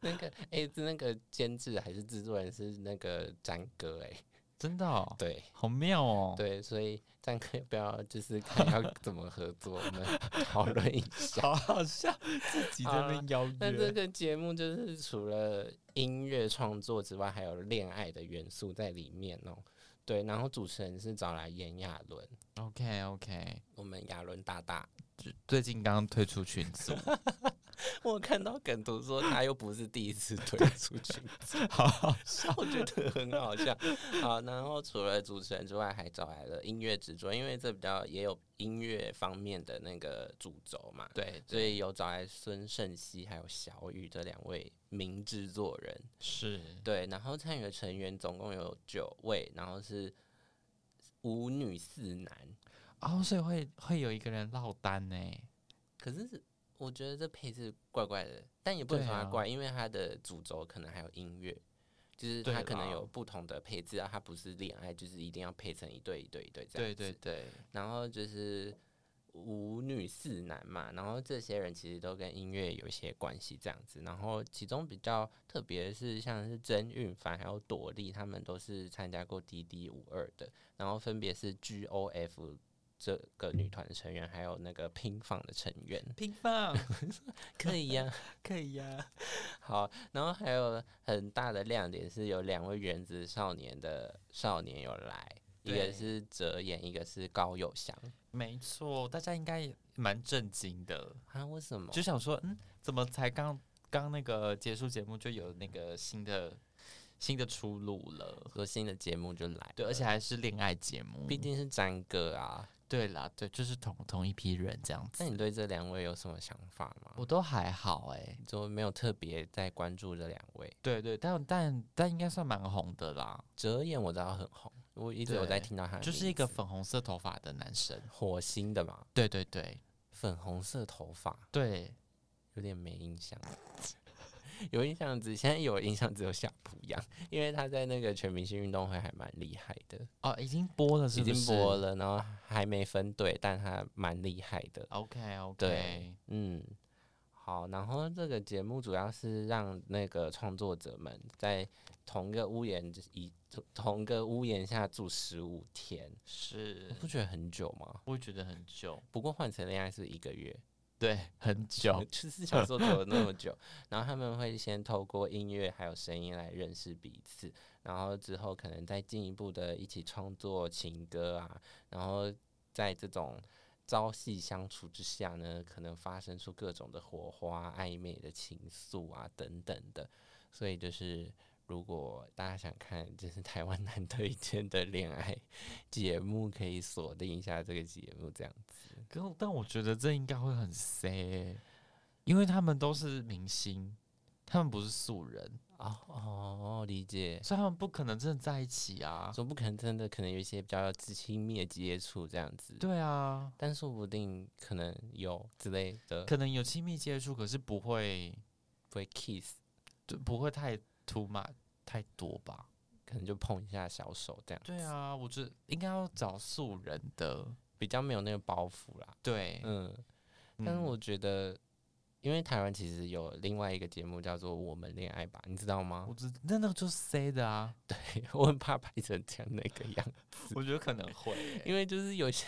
那个哎、是那个监制还是制作人是那个詹哥哎、欸
真的、哦，
对。
好妙哦。
对，所以张哥要不要就是看要怎么合作，我们讨论一下。
好好笑，自己在那边邀
那这
约。
个节目就是除了音乐创作之外，还有恋爱的元素在里面哦。对，然后主持人是找来炎亚纶，
OK OK，
我们亚纶大大，
最近刚刚推出群组，
我看到梗图说他又不是第一次推出去，
好好
我觉得很好笑。好，然后除了主持人之外，还找来了音乐制作，因为这比较也有音乐方面的那个主轴嘛，
对，
所以有找来孙胜熙还有小雨这两位名制作人。
是
对，然后参与的成员总共有九位，然后是五女四男。
哦，所以会会有一个人落单呢，
可是我觉得这配置怪怪的，但也不能
对
说它
啊
怪，因为它的主轴可能还有音乐，就是
对
它可能
啦
有不同的配置啊，它不是恋爱，就是一定要配成一对一对一对这样
对对
子
对，
然后就是五女四男嘛，然后这些人其实都跟音乐有一些关系这样子。然后其中比较特别的是像是曾韵凡还有朵莉，他们都是参加过滴滴五二的，然后分别是 GOF。这个女团的成员，还有那个拼放的成员，
平 放
可以呀、
可以呀，
好，然后还有很大的亮点是有两位原子少年的少年有来，一个
对
是哲言，一个是高友翔
没错，大家应该也蛮震惊的，
啊？为什么？
就想说，嗯，怎么才刚刚那个结束节目就有那个新的新的出路了？
说新的节目就来，
对，而且还是恋爱节 目，
毕竟是詹哥啊。
对啦，对，就是同同一批人这样
那
子，
你对这两位有什么想法吗？
我都还好哎、
就没有特别在关注这两位。
对对，但但但应该算蛮红的啦，
哲言我知道很红，我一直有在
对
听到他的
就是
名
一个
字
粉红色头发的男生，
火星的嘛，
对对对
粉红色头发，
对，
有点没印象。 有印象只现在有印象只有夏普阳，因为他在那个全明星运动会还蛮厉害的，
哦，已经播了是
已
不是，
经播了，然后还没分队，但他蛮厉害的。
，OK OK，
对嗯，好，然后这个节目主要是让那个创作者们在同一个屋檐之一同一个屋檐下住十五天，
是，
不觉得很久吗？
我会觉得很久，
不过换成恋爱是一个月，，
对，很久
就是想说走了那么久，然后他们会先透过音乐还有声音来认识彼此，然后之后可能再进一步的一起创作情歌啊，然后在这种朝夕相处之下呢，可能发生出各种的火花、暧昧的情愫啊等等的，所以就是。如果大家想看，就是台湾难得一见的恋爱节目，可以锁定一下这个节目，这样子。
可我但我觉得这应该会很 sad，欸因为他们都是明星，他们不是素人，
哦哦，理解。
所以他们不可能真的在一起啊。
总不可能真的可能有一些比较亲密的接触这样子，
对啊，
但说不定可能有之类的，
可能有亲密接触，可是不会，
不会 kiss，
就不会太 too much 太多吧？
可能就碰一下小手这样，
对啊，我觉得应该要找素人的。
比较没有那个包袱啦。
对，
嗯，但是
嗯
我觉得，因为台湾其实有另外一个节目叫做《我们恋爱吧》，你知道吗
我？知那那个就是 C 的啊，
我很怕拍成这样那个样，
我觉得可能会欸、
因为就是有一些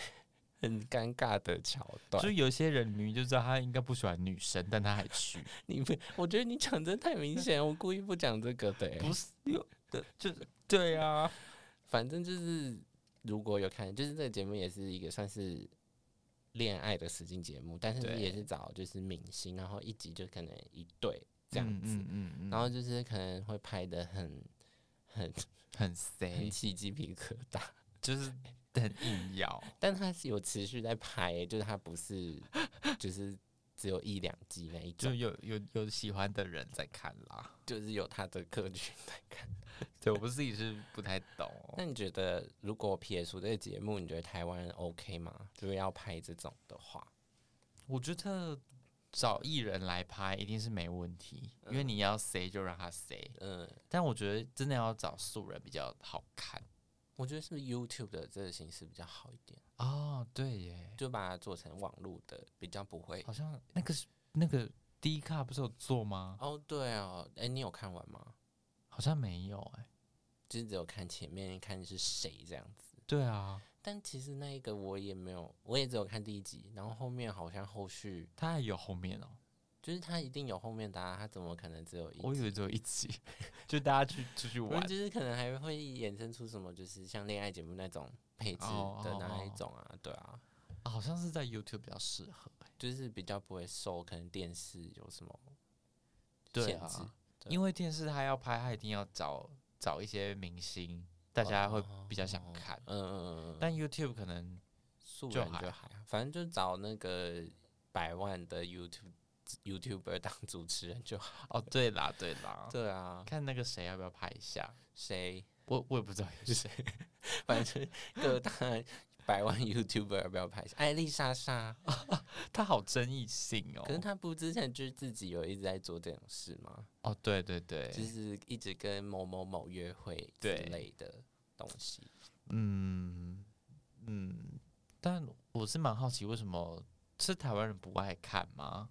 很尴尬的桥
就
段。
有些人明明就知道他应该不喜欢女生，但他还去，
你们，我觉得你讲真太明显，我故意不讲这个的、欸。
不是有就是对啊，
反正就是如果有看，就是这个节目也是一个算是恋爱的实境节目，但是
对
也是找就是明星，然后一集就可能一对这样子，
嗯嗯嗯
然后就是可能会拍的很很
很
很
C，
起鸡皮疙瘩，
就是很硬要。
但它是有持续在拍，就是它不是就是只有一两集那一
就
种，
有有有喜欢的人在看啦。
就是有它的客群在看。
对我自己是不太懂，哦
那你觉得如果撇除这个节目，你觉得台湾 OK 吗？就是要拍这种的话，
我觉得找艺人来拍一定是没问题，因为你要谁就让他谁。
嗯。
但我觉得真的要找素人比较好看
我觉得是不是 YouTube 的这个形式比较好一点，
哦，对耶，
就把它做成网络的，比较不会。
好像那个是那个第一卡不是有做吗？
哦，对哦，哎、你有看完吗？
好像没有哎、
就是只有看前面，看是谁这样子。
对啊，
但其实那一个我也没有，我也只有看第一集，然后后面好像后续
他还有后面哦，
就是他一定有后面的、啊，他怎么可能只有一
我以
集？
为只有一集， 就大家去出去
不是
玩。
就是可能还会衍生出什么，就是像恋爱节目那种配置
哦
的
哦
那一
哦
种啊，对啊，
啊好像是在 YouTube 比较适合、欸。
就是比较不会受可能电视有什么
对
限制
啊，
对
因为电视它要拍，它一定要找找一些明星，大家会比较想
哦
看。
嗯嗯嗯嗯，
但 YouTube 可能
素
就
人
还
就还好，反正就找那个百万的 YouTube YouTuber 当主持人就好。
哦，对啦对啦，
对啊，
看那个谁要不要拍一下，
谁
我我也不知道有谁。
反正各大百万 YouTuber 要不要拍下？艾丽莎莎，哦
他好争议性哦。
可是她不之前就是自己有一直在做这种事吗？
哦，对对对，
就是一直跟某某某约会之
对
类的东西。
嗯嗯，但我是蛮好奇，为什么是台湾人不爱看吗？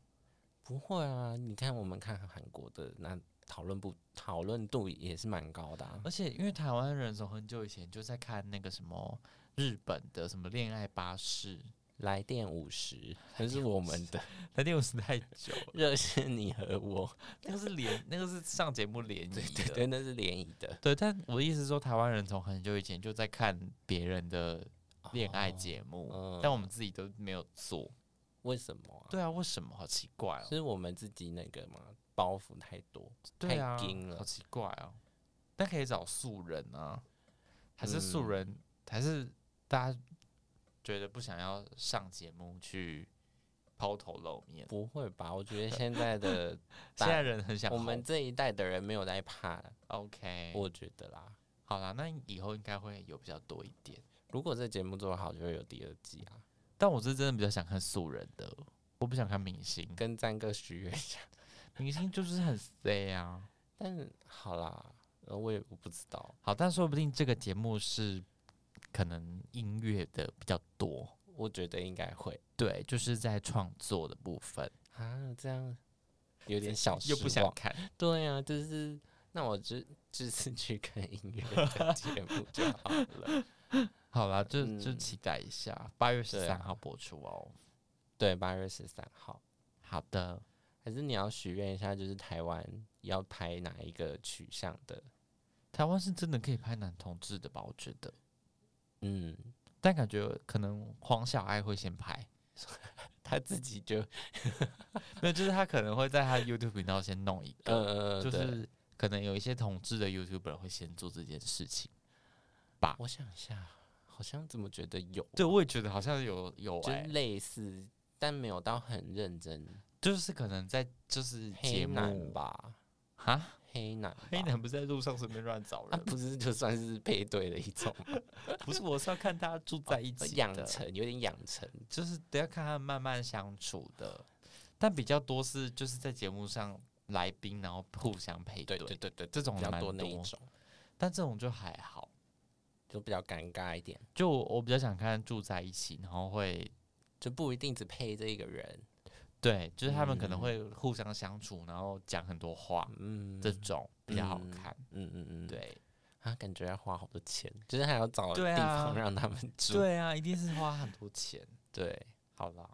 不会啊，你看我们看韩国的那讨论不讨论度也是蛮高的、啊
而。且因为台湾人从很久以前就在看那个什么日本的什么恋爱巴士，
来电五十，可是我们的
那电视太久了，
热线你和我，
那个是联，那个是上节目联谊的。
对对，那是联谊的
对但我的意思是说，台湾人从很久以前就在看别人的恋爱
哦
节目，
嗯
但我们自己都没有做。
为什么啊？
对啊，为什么？好奇怪哦。
是我们自己那个嘛，包袱太多。
对
太
啊，
硬了
好奇怪哦。但可以找素人啊，还是素
嗯
人，还是大家觉得不想要上节目去抛头露面？
不会吧？我 觉得现在的
现在
大
人很想
我
红
们这一代的人没有在怕，
OK，
我觉得啦。
好啦，那以后应该会有比较多一点。
如果这节目做得好，就会有第二季啊。
但我是真的比较想看素人的，我不想看明星，
跟赞哥许愿一下，
明星就是很 C 啊。
但是好啦，呃我也我不知道，
好，但说不定这个节目是可能音乐的比较多，
我觉得应该会
对，就是在创作的部分。
啊，这样有点小失
又
望。
不想看，
对啊，就是那我这这次去看音乐的节目就好 了。
好啦，就就
嗯
期待一下，八月十
对啊
三号播出哦。
对，八月十三号，
好的，
还是你要许愿一下，就是台湾要拍哪一个取向的？
台湾是真的可以拍男同志的吧？我觉得，
嗯，
但感觉可能黄小爱会先拍，
他自己就
那就是他可能会在他 YouTube 频道先弄一个，
呃，
就
对
是可能有一些同志的 YouTuber 会先做这件事情。
我想一下，好像怎么觉得有，
对，我也觉得好像有有
就是
哎、
类似，但没有到很认真。
就是可能在就是
黑
节目
男吧，
啊，
黑男，
黑男不是在路上随便乱找
啊，
人，
不是就算是配对的一种吗，
不是，我是要看他住在一起
养
的。
成有点养成，
就是得要看他们慢慢相处的，但比较多是就是在节目上来宾然后互相配对，
对对，
这种
比较
蛮
多那一种，
但这种就还好。
就比较尴尬一点，
就我我比较想看住在一起，然后会
就不一定只配这一个人，
对，就是他们可
嗯
能会互相相处，然后讲很多话，
嗯，
这种比较好
嗯
看。
嗯嗯嗯，
对
啊，感觉要花好多钱，就是还要找
对
地
啊
方让他们住，
对啊，一定是花很多钱。
对，
好啦，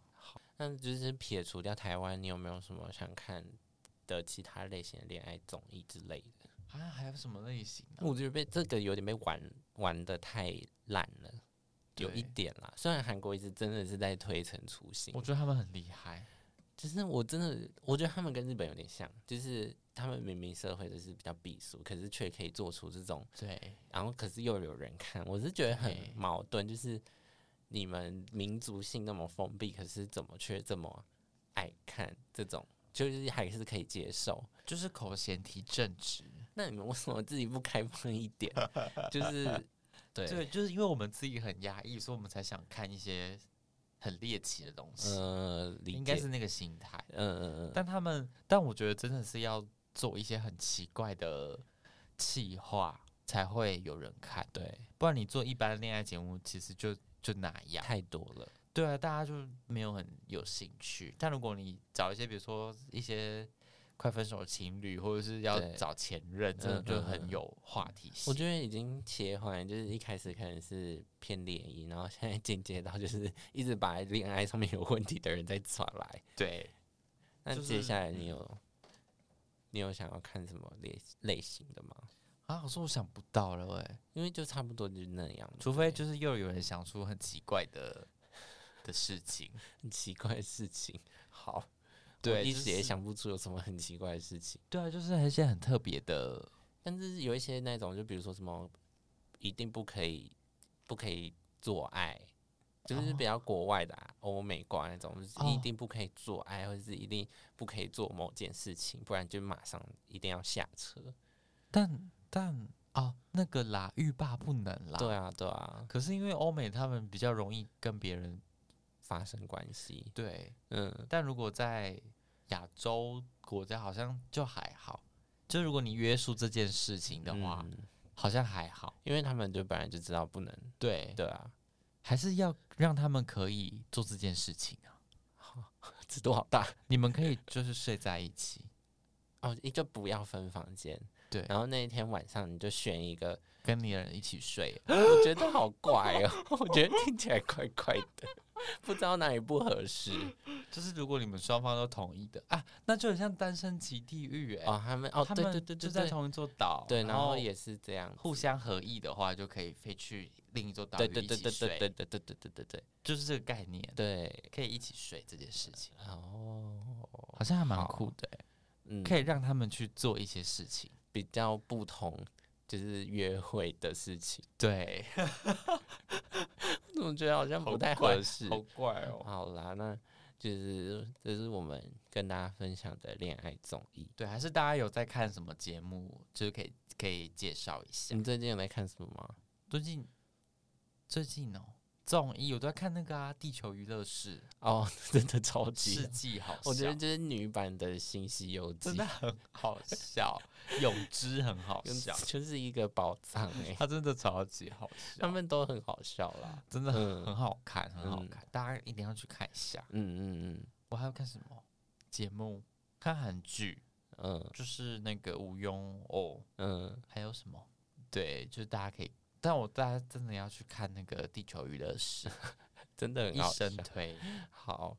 那就是撇除掉台湾，你有没有什么想看的其他类型的恋爱综艺之类的？
啊，还有什么类型啊？
我觉得被这个有点被玩玩的太烂了。有一
对
点啦，虽然韩国一直真的是在推陈出新
我，觉得他们很厉害。
就是我真的我觉得他们跟日本有点像，就是他们明明社会就是比较避俗，可是却可以做出这种，
对，
然后可是又有人看，我是觉得很
对
矛盾，就是你们民族性那么封闭，可是怎么却这么爱看这种，就是还是可以接受。
就是口嫌体正直。
那你们为什么自己不开放一点？ 就是对，
对，就是因为我们自己很压抑，所以我们才想看一些很猎奇的东西，
呃，理
应该
解
是那个心态。
嗯嗯嗯，
但他们，但我觉得真的是要做一些很奇怪的企划才会有人看，
对，
不然你做一般的恋爱节目，其实就就那样。
太多了。
对啊，大家就没有很有兴趣。但如果你找一些，比如说一些快分手的情侣，或者是要
对
找前任，真的
嗯
就
嗯
很
嗯
有话题性。
我觉得已经切换，就是一开始可能是偏联谊，然后现在进阶到就是一直把恋爱上面有问题的人再抓来。
对，
那
就是嗯
接下来你有、你有想要看什么类类型的吗？
啊，我说我想不到了哎、
因为就差不多就是那样嘛，
除非就是又有人想出很奇怪的的事情。
很奇怪的事 情。好，
对
我一
就
时也
是
想不出有什么很奇怪的事情。
对啊，就是一些很特别的，
但是有一些那种，就比如说什么一定不可以不可以做爱，就是比较国外的啊欧、美国那种，就是一
哦
定不可以做爱，或者是一定不可以做某件事情，不然就马上一定要下车。
但但啊，那个啦，欲罢不能啦。
对啊，对啊，
可是因为欧美他们比较容易跟别人
发生关系，
对，
嗯，
但如果在亚洲国家好像就还好，就如果你约束这件事情的话，
嗯
好像还好。
因为他们就本来就知道不能，
对，
对啊，
还是要让他们可以做这件事情啊。
尺度好大
你们可以就是睡在一起，
哦，一就不要分房间，
对
然后那一天晚上你就选一个
跟你的人一起睡，啊
我觉得好怪哦， 我觉得听起来怪怪的，不知道哪里不合适
就是如果你们双方都同意的啊，那就很像单身即地狱哎、
哦。他们哦，
他
对
们
对对
就
对
在
对，
同一座岛，
对，
然
然
后
后也是这样子，
互相合意的话，就可以飞去另一座岛屿
对对
一
对
起
对对对
睡，
对对对对对对
就是这个概念，
对
可以一起睡这件事情，
哦，
好像还蛮
好
酷的、欸，
嗯，
可以让他们去做一些事情。
比较不同，就是约会的事情，
对，
怎么觉得好像不
好
太
怪
合适？
好怪哦、
好啦，那就是这是我们跟大家分享的恋爱综艺。
对，还是大家有在看什么节目，就是可以可以介绍一下。
你最近有在看什么吗？
最近最近哦、综艺我都在看那个啊，《地球娱乐室
哦， 真的超》级
世，纪好笑，
我觉得就是女版的《新西游记
真》的。很好 笑，泳姿很好
跟
笑，
就是一个宝 藏哎、
他真的超级好
他
笑，
们都很好笑啦。
真的很
嗯
很好看，很好
嗯
看，大家一定要去看一下。
嗯嗯
我还要看什么节目？看韩剧，
嗯
就是那个吴庸哦，
嗯嗯，
还有什么？对，就是大家可以，但我大家真的要去看那个《地球娱乐室》
真的 很
一
好笑
生。推。
好，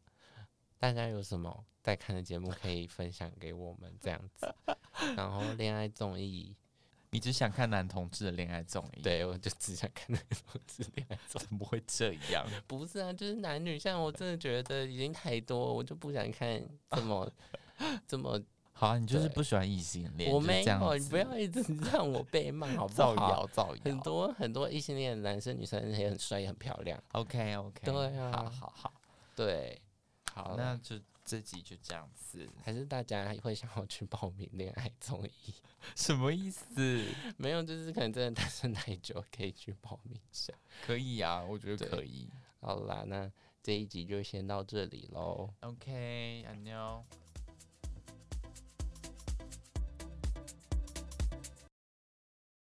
大家有什么在看的节目可以分享给我们这样子？ 然后恋爱综艺，
你只想看男同志的恋爱综艺？，
对我就只想看那种 是恋爱综
怎么会这 样？
艺，不是啊，就是男女，像我真的觉得已经太多，我就不想看这 么这么。
好啊，你就是
对
不喜欢异性恋，
我
就是
没
这样
有，你
子
不要一 直让我被骂好不
造
好？
谣造谣。
很多很多异性恋的男生女生也很帅也很漂亮，
OK OK，
对啊
好好好
对，
好，
好
那
啦
就这集就这样子，
还是大家会想要去报名恋爱综艺？
什么意思？
没有，就是可能真的单身太久，可以去报名一下。
可以啊，我觉得
对
可以。
好啦，那这一集就先到这里喽，
OK，安妞。